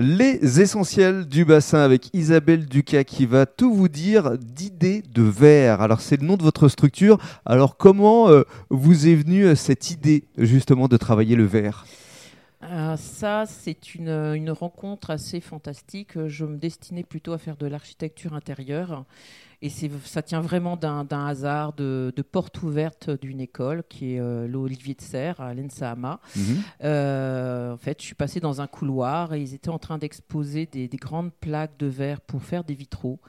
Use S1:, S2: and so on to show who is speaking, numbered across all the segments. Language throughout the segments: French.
S1: Les essentiels du bassin avec Isabelle Ducas qui va tout vous dire d'idées de verre. Alors c'est le nom de votre structure. Alors comment euh, vous est venue euh, cette idée justement de travailler le verre
S2: Euh, ça, c'est une, euh, une rencontre assez fantastique. Euh, Je me destinais plutôt à faire de l'architecture intérieure. Et c'est- ça tient vraiment d'un d'un hasard de, de porte ouverte d'une école qui est euh, l'Olivier de Serre à Lensahama.
S1: Mhm.
S2: Euh, en fait, je suis passée dans un couloir et ils étaient en train d'exposer des, des grandes plaques de verre pour faire des vitraux.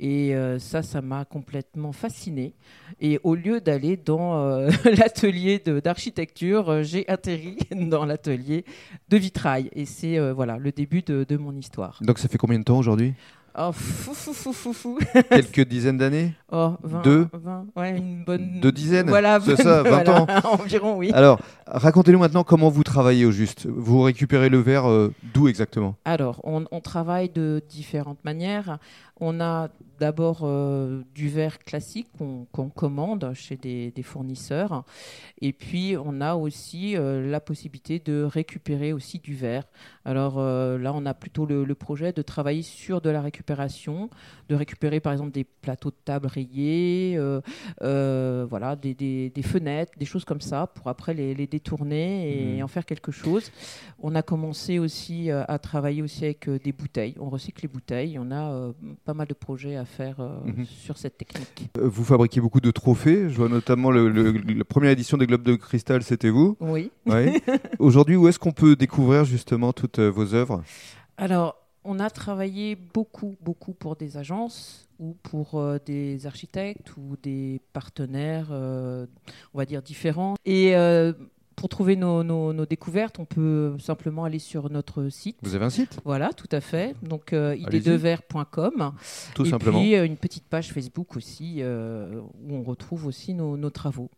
S2: Et euh, ça, ça m'a complètement fascinée. Et au lieu d'aller dans euh, l'atelier de- d'architecture, euh, j'ai atterri dans l'atelier de vitrail. Et c'est euh, voilà le début de, de mon histoire.
S1: Donc ça fait combien de temps aujourd'hui
S2: Oh, fou, fou, fou, fou, fou.
S1: Quelques dizaines d'années
S2: Oh, 20,
S1: Deux.
S2: 20, ouais, une bonne...
S1: Deux dizaines,
S2: Voilà,
S1: c'est ça, 20
S2: voilà,
S1: ans.
S2: Environ, oui.
S1: Alors racontez-nous maintenant comment vous travaillez au juste. Vous récupérez le verre euh, d'où exactement
S2: Alors, on, on travaille de différentes manières. On a d'abord euh, du verre classique qu'on qu'on commande chez des, des fournisseurs. Et puis, on a aussi euh, la possibilité de récupérer aussi du verre. Alors euh, là, on a plutôt le, le projet de travailler sur de la récupération, de récupérer par exemple des plateaux de table rayés, euh, euh, voilà, des, des- des fenêtres, des choses comme ça, pour après les, les détourner et
S1: Mhm.
S2: en faire quelque chose. On a commencé aussi euh, à travailler aussi avec euh, des bouteilles. On recycle les bouteilles. On a euh, pas mal de projets à faire euh,
S1: Mhm.
S2: sur cette technique.
S1: Euh, Vous fabriquez beaucoup de trophées. Je vois notamment le- le- la première édition des Globes de Cristal, c'était vous.
S2: Oui.
S1: Ouais. Aujourd'hui, où est-ce qu'on peut découvrir justement toutes euh, vos œuvres
S2: Alors, on a travaillé beaucoup, beaucoup pour des agences ou pour euh, des architectes ou des partenaires, euh, on va dire, différents. Et euh, pour trouver nos, nos- nos découvertes, on peut simplement aller sur notre site.
S1: Vous avez un site,
S2: Voilà, tout à fait. Donc, euh,
S1: Allez-y.
S2: idédevers.com.
S1: tout
S2: Et
S1: simplement.
S2: puis, euh, une petite page Facebook aussi, euh, où on retrouve aussi nos- nos travaux.